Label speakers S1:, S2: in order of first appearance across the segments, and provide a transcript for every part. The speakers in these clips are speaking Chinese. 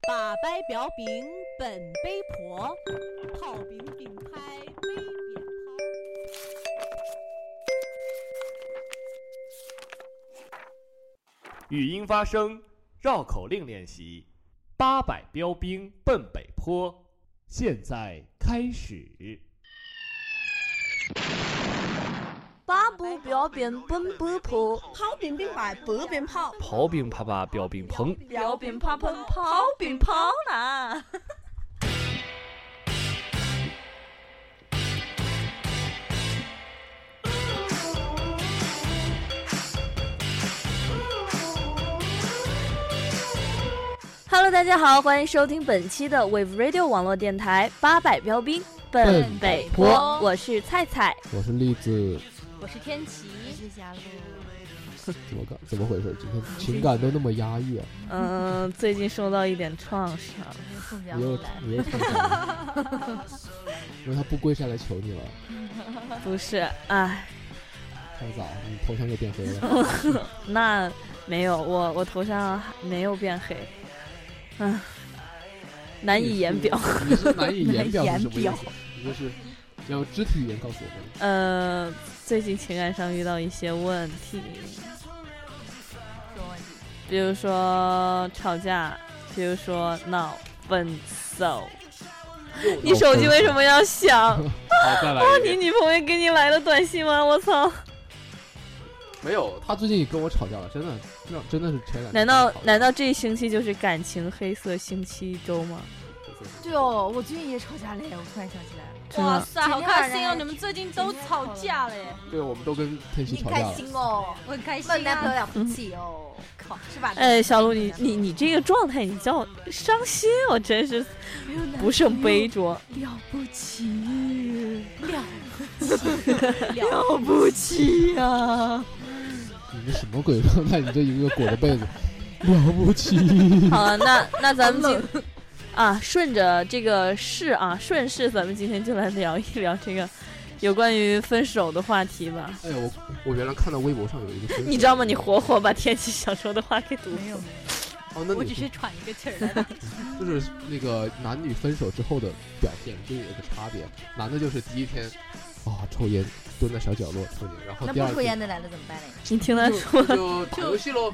S1: 大摆标兵奔北坡，炮兵并排北边跑。
S2: 语音发声，绕口令练习。八百标兵奔北坡，现在开始。
S3: 八步标兵奔北坡，
S4: 跑并并排，
S3: 哎
S4: 北边跑。
S2: 炮兵啪啪，标兵砰。
S3: 标兵跑奔跑并跑啦！Hello，大家好，欢迎收听本期的 Wave Radio 网络电台八百标兵奔北
S5: 奔北
S3: 坡
S5: 坡，
S3: 我是菜菜。
S5: 我是栗子，
S6: 我是天琪，
S5: 怎么搞？怎么回事？今天情感都那么压抑啊！
S3: 嗯，最近受到一点创伤，
S6: 宋江
S5: 也有
S6: 来，
S5: 也有情感，因为他不跪下来求你了，
S3: 不是，哎，
S5: 太早，你头像又变黑了。
S3: 那没有我，我头像没有变黑，嗯，难以言表。
S5: 你是难以言表
S4: 难
S5: 是
S4: 以
S5: 什么意
S4: 言表
S5: 思？你就是要肢体语言告诉我们。
S3: 呃，最近情感上遇到一些问题，比如说吵架，比如说闹分
S2: 哦
S3: 手。你手机为什么要响？ 哦
S2: 好，再来一 遍。
S3: 你女朋友给你来了短信吗？我操！
S2: 没有，
S5: 哦他最近也跟我吵架了，真的，真的真的是前两天
S3: 难道
S5: 吵架
S3: 难道这一星期就是感情黑色星期一周吗？
S6: 对哦，我最近也吵架了耶，我突然想起来了，
S3: 真的
S1: 塞
S6: 好开心哦你
S1: 们最近
S6: 都吵架
S1: 了耶！
S5: 对，我们都跟天琪
S6: 你
S5: 吵架
S6: 开
S5: 了。
S6: 心哦，
S1: 我很开啊
S6: 我男朋友了不起哦，靠，是吧？
S3: 哎，小鹿，你你你这个状态，你叫我伤心，我真是不胜杯酌。
S6: 哎了不起，了
S3: 了不起呀、
S5: 你们什么鬼状态？你这一个裹着被子， 了不起！
S3: 好了，那那咱们今啊，顺着这个事啊，顺势，咱们今天就来聊一聊这个有关于分手的话题吧。
S5: 哎呀，我我原来看到微博上有 一个，
S3: 你知道吗？你活活把天气想说的话给读
S6: 没有没
S5: 哦，那
S1: 我
S5: 你
S1: 只
S5: 说
S1: 是喘一个气儿来的。
S5: 就是那个男女分手之后的表现，就有一个差别。男的就是第一天，啊、抽烟，蹲在小角落抽烟，然后
S6: 那
S5: 第二
S6: 不抽
S5: 天
S6: 烟的来了怎么办呢？
S3: 你听他
S5: 就
S3: 说，
S5: 就打游戏喽，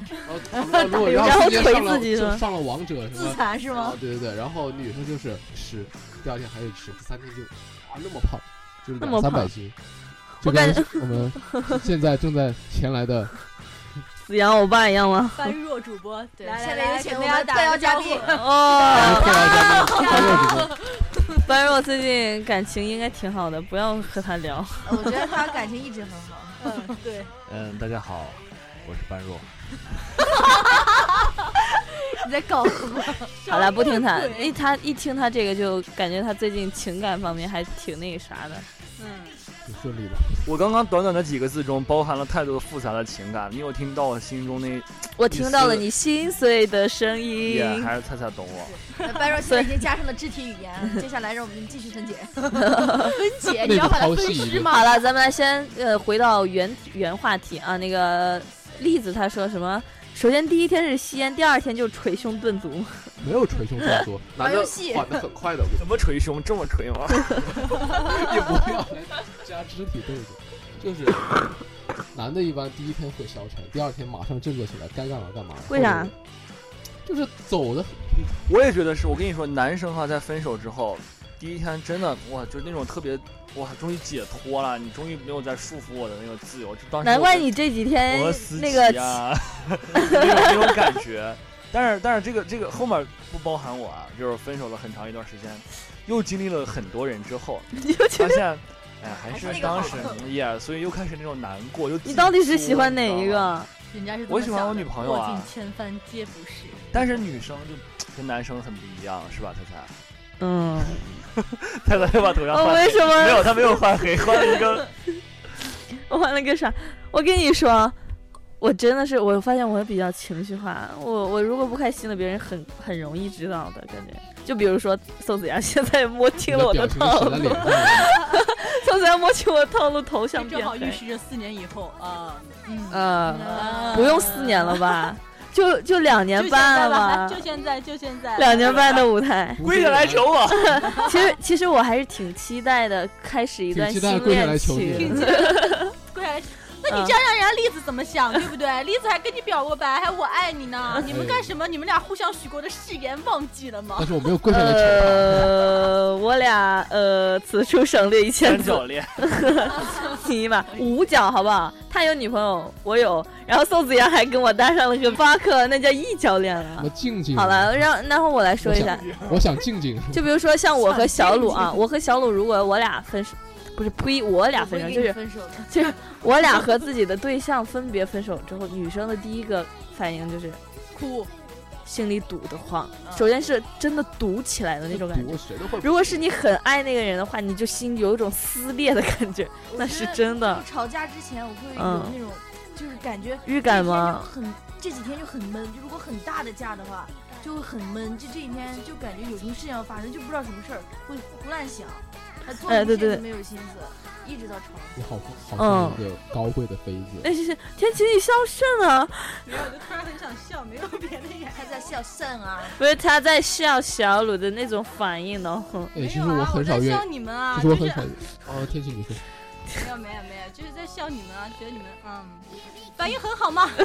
S5: 然后如
S3: 打游
S5: 果
S3: 戏然
S5: 然
S3: 后
S5: 后直接
S3: 捶
S5: 上了
S3: 自己是吗
S5: 就上了王者什
S6: 自
S5: 么，
S6: 残是
S5: 啊
S6: 吗？
S5: 对对对，然后女生就是吃，第二天还是吃，第三天就啊那么胖，就是
S3: 那么
S5: 两三百
S3: 胖
S5: 斤。
S3: 我
S5: 就跟
S3: 感
S5: 我们现在正在前来的
S3: 子阳欧巴一样吗？
S1: 般若主播，
S6: 对
S1: 来来
S6: 下面有
S1: 来，
S6: 请
S1: 给大家
S6: 我们
S1: 打
S6: 特邀
S1: 个
S6: 嘉
S1: 招
S6: 宾
S1: 呼
S3: 哦，
S5: 特邀嘉宾欢乐主播，
S3: 般若最近感情应该挺好的，不要和他聊。
S6: 我觉得他感情一直很 好，
S1: 嗯，对，
S7: 嗯，大家好，我是般若。
S6: 你在搞什么？
S3: 好了，不听他，
S1: 对
S3: 一他一听他这个就感觉他最近情感方面还挺那个啥的。
S1: 嗯，
S5: 你顺利吧？
S7: 我刚刚短短的几个字中包含了太多的复杂的情感，你有听到我心中那
S3: 我听到了你心碎的声音
S7: 也。还是菜菜懂我。
S6: 白若现在已经加上了肢体语言，接下来让我们继续分解。
S1: 分
S6: 哎
S1: 解，你
S5: 那
S1: 要
S5: 个
S1: 把它
S5: 超
S1: 分
S5: 细一
S1: 尸
S5: 个，
S1: 吗？
S3: 好了，咱们来先呃回到原原话题啊，那个栗子他说什么？首先第一天是吸烟，第二天就捶胸顿足。
S5: 没有捶胸顿足，男
S6: 玩游
S5: 的
S6: 戏
S5: 缓的很快的，我跟你说
S7: 怎么捶胸这么捶吗？
S5: 也不要来加肢体动作，就是男的一般第一天会消沉，第二天马上振作起来，该干嘛干嘛。
S3: 为啥
S5: 或者？就是走的
S7: 我也觉得是。我跟你说，男生哈、在分手之后，第一天真的哇，就是那种特别哇，终于解脱了，你终于没有再束缚我的那个自由。就当时
S3: 难怪
S7: 我
S3: 你这几
S7: 哎我
S3: 天
S7: 和思
S3: 那个
S7: 琪啊，那种那种感觉。 但是但是这个这个后面不包含我啊，就是分手了很长一段时间，又经历了很多人之后，
S3: 你就觉
S7: 发
S3: 得
S7: 现，哎，还
S6: 还是那
S7: 是
S6: 个
S7: 当
S6: 好
S7: 时也，所以又开始那种难过，又自
S3: 你到底是
S7: 作
S3: 喜欢哪一？
S7: 你知道吗
S3: 个？
S1: 人家是
S7: 我喜欢我女朋友啊，
S1: 千帆皆不是。
S7: 但是女生就跟男生很不一样，是吧？ 太
S3: 嗯，
S7: 太，太太又把头像
S3: 我
S7: 换
S3: 为
S7: 黑，
S3: 什么
S7: 没有，她没有换黑，换了一个
S3: 我换了个啥？我跟你说，我真的是，我发现我比较情绪化。我我如果不开心了，别人很很容易知道的感觉。就比如说宋子阳 现在摸清了我
S5: 表
S3: 的
S5: 情
S3: 套
S5: 写在
S3: 路，
S5: 脸上，
S3: 宋子阳摸清我的套路，头像
S1: 正
S3: 变
S1: 好预
S3: 黑。
S1: 呃示着四年以后啊，
S3: 呃，
S1: 啊
S3: 不用四年了吧？就就两年
S1: 就现在
S3: 半
S1: 吧，
S3: 了
S1: 就，现在，就 现在，
S3: 两 年半的舞台。
S7: 跪下来求我，
S3: 其实其实我还是挺期待的，开始一段
S5: 挺期
S3: 新
S5: 待跪下来
S3: 恋
S5: 求 你
S3: 情。
S1: 跪下来。啊那
S3: 嗯
S1: 你这样让人家栗子怎么想，对不对？栗子还跟你表过白，还我爱你 呢。你们干什么？你们俩互相许过的誓言忘记了 吗
S5: 但？是我没有跪下来求他。
S3: 呃，我俩呃，此处省略一千
S7: 三
S3: 字
S7: 角，恋，
S3: 尼玛五角好不好？他有女朋友，我有，然后宋子阳还跟我搭上了个巴克，那叫一角恋
S5: 什
S3: 了
S5: 么。静静？
S3: 好了，，让然后我来说一下，
S5: 我想静静。
S3: 就比如说像我和小鲁啊，我和小鲁如果我俩分手，不是呸，我俩分手就是
S6: 分手的，
S3: 就是我俩和自己的对象分别分手之后，女生的第一个反应就是
S1: 哭，
S3: 心里堵得慌，
S6: 嗯
S3: 首先是真的堵起来的那种感觉。
S5: 我谁都会。
S3: 如果是你很爱那个人的话，你就心有一种撕裂的感觉，那是真的
S6: 吵架之前我会有
S3: 嗯
S6: 那种，就是感觉
S3: 预感
S6: 这
S3: 吗？
S6: 一天就很这几天就很闷，就如果很大的架的话，就会很闷。就这一天就感觉有什么事情要发生，就不知道什么事儿，会胡乱想，还做
S3: 哎
S6: 什
S3: 对对
S6: 么事
S3: 对
S6: 都没有心思，一直到吵。
S5: 你好，好像一个高贵的妃子。
S3: 那就是天晴，你孝顺啊！
S1: 没有，我就突然很想笑，没有别的原因。
S6: 他在笑肾啊，
S3: 不是他在笑小鲁的那种反应呢。
S5: 哎，其实
S1: 没有
S5: 我
S1: 啊，
S5: 很少
S1: 在
S5: 愿
S1: 笑，你们啊，
S5: 其实
S1: 就
S5: 我
S1: 是
S5: 很少。哦，天气你说，
S1: 没有没有没有，就是在笑你们啊，觉得你们嗯，反应很好嘛。
S6: 哎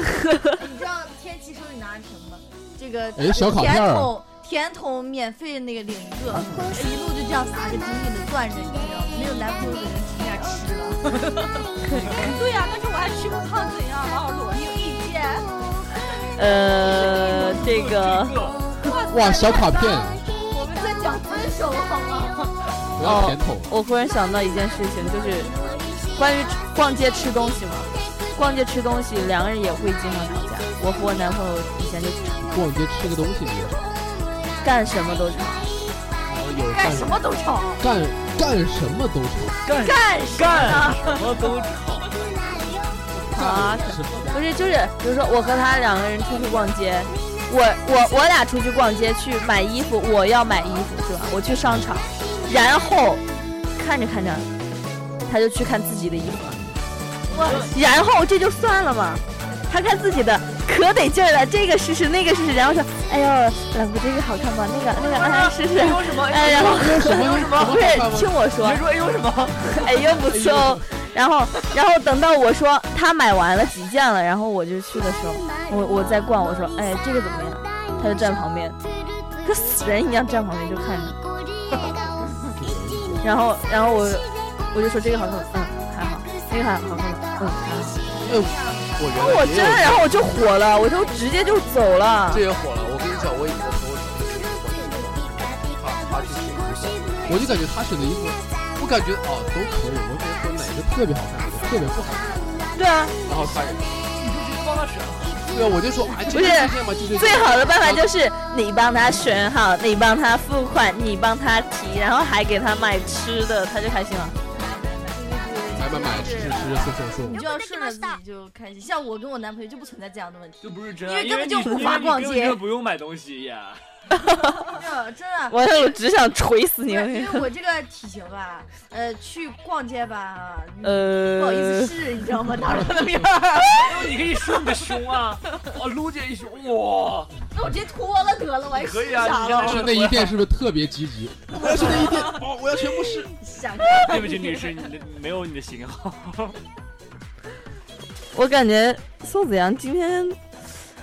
S6: 你知道天琪手里拿着什么吗？这个
S5: 哎，小卡片
S6: 甜
S5: 儿啊，
S6: 筒甜筒免费那个领一个，一路就这样拿着紧紧的攥着，你知道吗？没有男朋友的人去那儿吃了。
S1: 对呀、但是我还吃过胖子一样，王小璐，你有意见？
S3: 呃，这个
S5: 哇，小卡片，啊
S1: 我们在讲分手好吗？
S5: 不要甜筒。
S3: 我忽然想到一件事情，就是关于吃逛街吃东西嘛。逛街吃东西，两个人也会经常吵架。我和我男朋友以前就
S5: 逛街吃个东西，你
S3: 干什么都吵，
S5: 有干什么都吵，干干什么都吵，
S7: 干什么都吵，
S3: 啊
S5: 干什么
S3: 不是就是，比如说我和他两个人出去逛街，我我我俩出去逛街去买衣服，我要买衣服是吧？我去商场，然后看着看着，他就去看自己的衣服了，我然后这就算了嘛。他看自己的可得劲儿了，这个试试，那个试试，然后说，哎呦，老婆这个好看吗？那个那个，哎，试试，
S7: 有什么？
S3: 哎，然后
S5: 有 什么有什么
S3: 不是听我说，
S7: 说哎有什么？
S3: 哎呦不错，然后然后等到我说他买完了几件了，然后我就去的时候，我我在逛，我说哎这个怎么样？他就站旁边，跟死人一样站旁边就看着， 然后然后我我就说这个好看吗，嗯还好，那个还好看吗，嗯还好。
S7: 我原
S3: 我真的，然后我就火了，我就直接就走了。
S7: 这也火了。我跟你讲，我以前和我同事也火了，他他去听不是
S5: 我就感觉他选的衣服，我感觉啊都可以，我没有说哪个特别好看，哪个特别不好看，
S3: 对啊，
S5: 然后他也，
S7: 帮他选，
S5: 对啊，我就说啊，
S3: 不
S5: 就
S3: 是
S5: 这件嘛，就这
S3: 最好的办法就是你帮他选好，你帮他付款，你帮他提，然后还给他买吃的，他就开心了。
S5: 买买买，吃吃吃，送送
S6: 你
S5: 送，
S6: 就要顺着自己就开心。像我跟我男朋友就不存在这样的问题，
S7: 这不是真
S6: 因
S7: 爱，
S6: 为根本
S7: 因为
S6: 就
S7: 你
S6: 无法逛街
S7: 因为你根本就不用买东西呀。
S6: 没有真的。
S3: 我我只想锤死
S6: 不
S3: 你！
S6: 是因为我这个体型吧，呃，去逛街吧，
S3: 呃，
S6: 不好意思试，你知道吗？大众的面儿，
S7: 你可以说你的胸 啊，哇，撸姐一胸，哦哇，
S6: 那我直接脱了得了，我还
S7: 可以
S6: 试
S7: 啊
S6: 啥
S7: 你现在
S6: 了？
S5: 是那一店是不是特别积极？我要去那一店，哦，我要全部试。
S6: 想
S7: 对不起，女士，你的没有你的型号。
S3: 我感觉宋子阳今天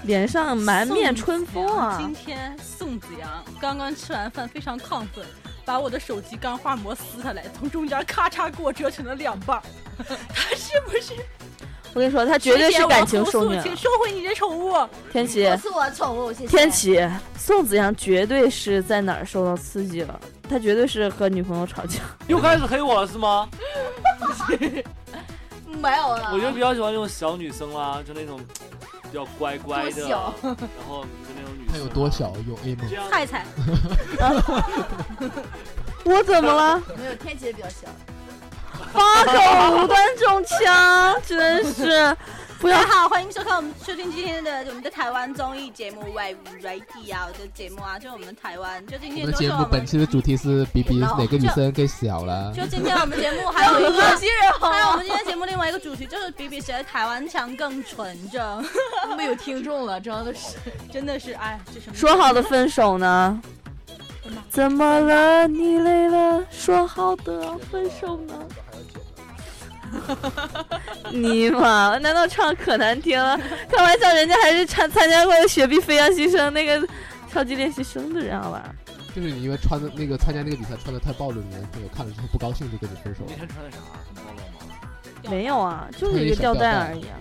S3: 脸上满面春风啊
S1: 今！天宋子阳刚刚吃完饭，非常亢奋，把我的手机钢化膜撕下来，从中间咔嚓给我折成了两半儿。 他是不是
S3: 我跟你说，他绝对是感情受
S1: 受
S3: 虐
S8: 啊
S1: 请。收回你的宠物。
S3: 天琪，
S6: 我是啊我宠物，谢谢。
S3: 天琪，宋子阳绝对是在哪儿受到刺激了？他绝对是和女朋友吵架。
S7: 又开始黑我了是吗？
S6: 没有了，
S7: 我就比较喜欢那种小女生啦，就那种比较乖乖的，
S6: 多
S7: 然
S6: 小
S7: 后就那种女生。啊
S5: 他有多？小？有 A 梦
S7: 这。样
S1: 菜菜，
S3: 我怎么 了？
S6: 没有天琪比较小，
S3: 八狗无端中枪，真是不
S1: 啊
S3: 要
S8: 大家好，欢迎收看我们收听今天的我们的台湾综艺节目《喂 Ready 啊》的节目啊，就我们台湾，就
S5: 我
S8: 今
S5: 们
S8: 天
S5: 的
S8: 都是
S5: 节
S8: 我
S5: 目本
S8: 们，
S5: 期的主题是比比
S8: 老
S5: 哪个女生更小了。
S8: 就今天我们节目还有一个，
S3: 些人
S8: 还有我们今天节目另外一个主题就是比比谁的台湾腔更纯正，
S6: 都没有听众了，主要的是
S1: 真的是哎，这什么？
S3: 说好的分手呢？怎么了？你累了？说好的分手呢？尼玛！难道唱可难听了？开玩笑，人家还是参参加过雪碧飞扬新生那个超级练习生的人，啊好吧？
S5: 就是你因为穿的那个参加那个比赛穿的太暴露，你男朋友看了之后不高兴就跟你分手
S7: 那
S5: 了。
S7: 天穿的啥？很暴露吗？
S3: 没有啊，就是一个吊带而已啊。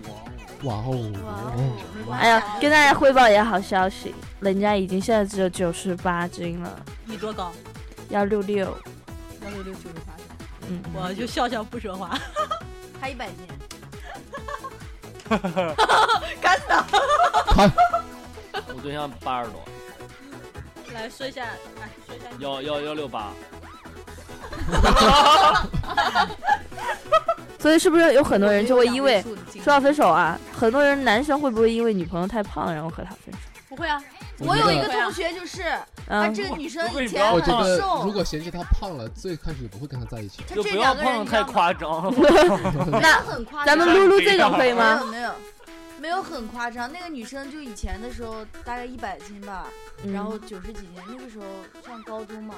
S5: 哇哦！
S6: 哇
S3: 哎呀，跟大家汇报一个好消息，人家已经现在只有九十八斤了，
S1: 你多高？
S3: 幺六六。
S1: 幺六六九十八。
S3: 嗯，
S1: 我就笑笑不说话。
S6: 他一百斤，
S7: 我对象八十多，
S1: 来说一下，来说一下你
S7: 幺幺幺六八，
S3: 所以是不是有很多人就会因为
S6: 我没有两位数的经历
S3: 说到分手啊，很多人男生会不会因为女朋友太胖然后和她分手？
S1: 不会啊，
S6: 我有一个
S5: 觉
S6: 同学就是，她
S3: 嗯，
S6: 啊这个女生
S7: 如果
S6: 以
S7: 你不
S6: 前
S5: 得，
S7: 要
S5: 我
S6: 很
S5: 觉得如
S6: 瘦，
S5: 果嫌弃她胖了，最开始不会跟她在 一起。
S6: 她
S7: 就
S6: 这
S7: 不
S6: 两
S7: 要
S6: 个人
S7: 胖的太夸张。
S6: 张，
S3: 那
S6: 很夸
S3: 咱
S6: 张，
S3: 们露露这种可以
S6: 没
S3: 吗？
S6: 有没有没有很夸张，那个女生就以前的时候大概一百斤吧，
S1: 嗯
S6: 然后九十几斤，那个时候上高中嘛，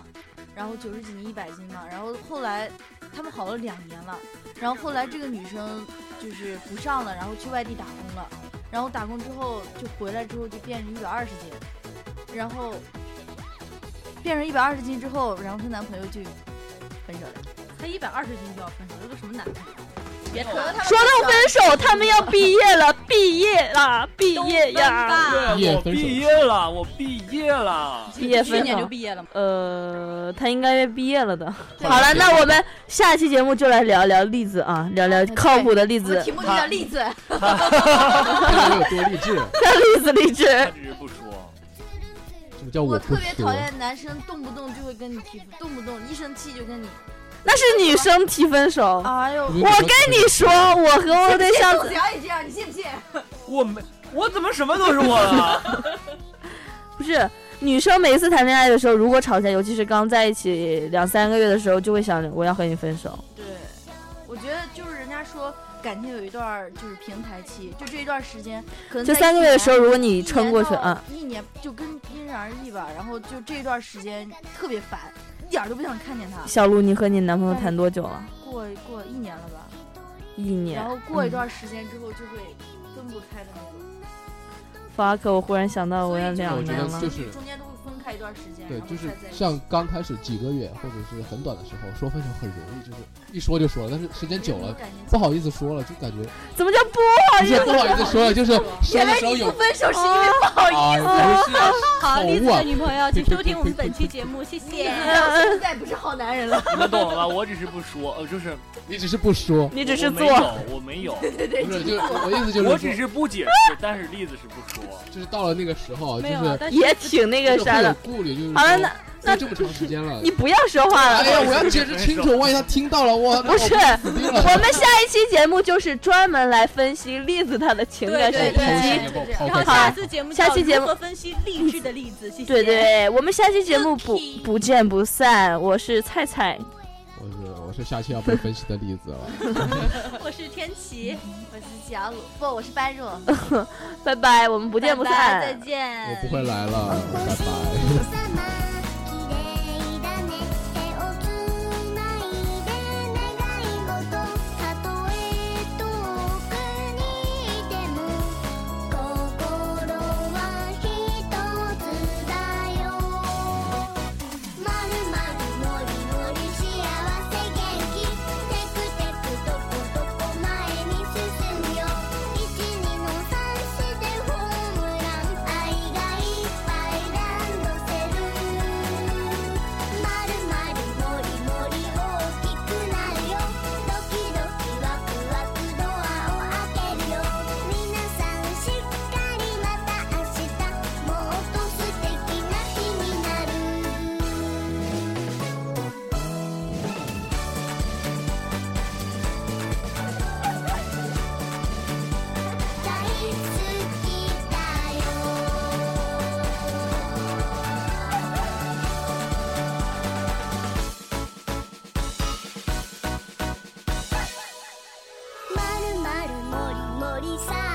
S6: 然后九十几斤一百斤嘛，然后后来他们好了两年了，然后后来这个女生就是不上了，然后去外地打工了，然后打工之后就回来之后就变成一百二十斤，然后变成一百二十斤之后，然后她男朋友就分手了，
S1: 才一百二十斤就要分手，这个什么男朋友？别
S6: 可能
S1: 打，
S6: 他们
S3: 说到分手，他们要毕业了，毕业了，毕业呀，
S1: 吧。
S5: 夜
S7: 对，我
S5: 分手
S7: 毕业了，我毕业了。
S3: 毕业
S1: 去
S3: 分
S1: 年就
S3: 手。
S1: 毕业了嘛。
S3: 呃，他应该毕业了的。
S6: 对
S3: 好了，那我们下期节目就来聊聊例子啊，聊聊
S6: 对
S3: 靠谱的例
S6: 我
S3: 子
S6: 们，题目就叫例子，
S5: 看我有多励志，
S3: 例子励志。
S7: 他只是不说，
S5: 什么叫不
S6: 我特别讨
S5: 说？
S6: 厌男生动不动就会跟你提，动不动一生气就跟你，
S3: 那是女生提分手。
S6: 哎呦。
S5: 我
S3: 我跟你说，我和我对象
S6: 宋子阳也这样，你信不信？
S7: 我没，我怎么什么都是我了？
S3: 不是女生每一次谈恋爱的时候，如果吵架，尤其是刚在一起两三个月的时候，就会想着我要和你分手。
S6: 对，我觉得就是人家说感情有一段儿就是平台期，就这一段时间，可能
S3: 就
S6: 在
S3: 三个
S6: 一
S3: 月的
S6: 年
S3: 时候，如果你撑过去，
S6: 一年到
S3: 啊，
S6: 一年就跟因人而异吧。然后就这一段时间特别烦，一点儿都不想看见他。
S3: 嗯小鹿，你和你男朋友谈多久了？
S6: 过过一年了吧，
S3: 一年
S6: 然。后过一段时间之后就会分不开的那种。
S3: 嗯 fuck，我忽然想到我
S6: 所以
S3: 要
S6: 就
S3: 两
S5: 我觉
S3: 年
S5: 得
S3: 了
S5: 就。是
S6: 中间都会分开一段时间，
S5: 对，
S6: 然后
S5: 就是
S6: 再在一起
S5: 像刚开始几个月或者是很短的时候说分手很容易，就是一说就说了，但是时间久
S6: 没有
S5: 了
S6: 感情
S5: 不好意思说了，就感觉
S3: 怎么叫不好
S5: 不
S3: 意
S5: 是
S3: 思？
S5: 不好意思说了，就是说的时候有
S6: 分手是因为不好意
S5: 啊，不是
S1: 好，栗子
S5: 好啊
S1: 的女朋友，请收听我们本期节目，谢谢。
S6: 思，现在不是好男人了。
S7: 你们懂了吧？我只是不说，呃，就是
S5: 你只是 不说，
S3: 你只是
S7: 我
S3: 做
S7: 没。有，我没有，
S6: 对对
S5: 不是就我意思就是
S7: 我
S5: 说，
S7: 只是不解释，但是栗子是不说。
S5: 就是到了那个时候，就
S1: 没有
S5: 是
S1: 啊，但是
S3: 也挺那
S5: 就
S3: 个
S5: 是
S3: 啥
S5: 会有
S3: 的。
S5: 顾虑，就是
S3: 好了，
S5: 说
S3: 那
S5: 都这么长时间了，
S3: 你不要说话了。
S5: 哎呀，我要解释清楚，万一他听到了，我
S3: 不是，
S5: 死
S3: 我
S5: 定了。
S3: 们下一期节目就是专门来分析栗子她的情感
S1: 对
S3: 史
S1: 对
S3: 以及
S6: 对对对
S5: 好
S1: 然后
S3: 好
S1: 下次节目
S3: 下期节
S1: 叫如
S3: 目
S1: 何分析励志的例 子，谢谢。
S3: 对，对，我们下期节目不
S6: Yuki
S3: 不见不散。我是菜菜，
S5: 我是我是下期要被分析的例子了。
S1: 我是天琪，
S6: 我是小鲁，不，我是般若。
S3: 拜拜，我们不见不散。
S1: 拜拜再见。
S5: 我不会来了，拜拜。
S9: 「愛がいっぱいランドセル」りさ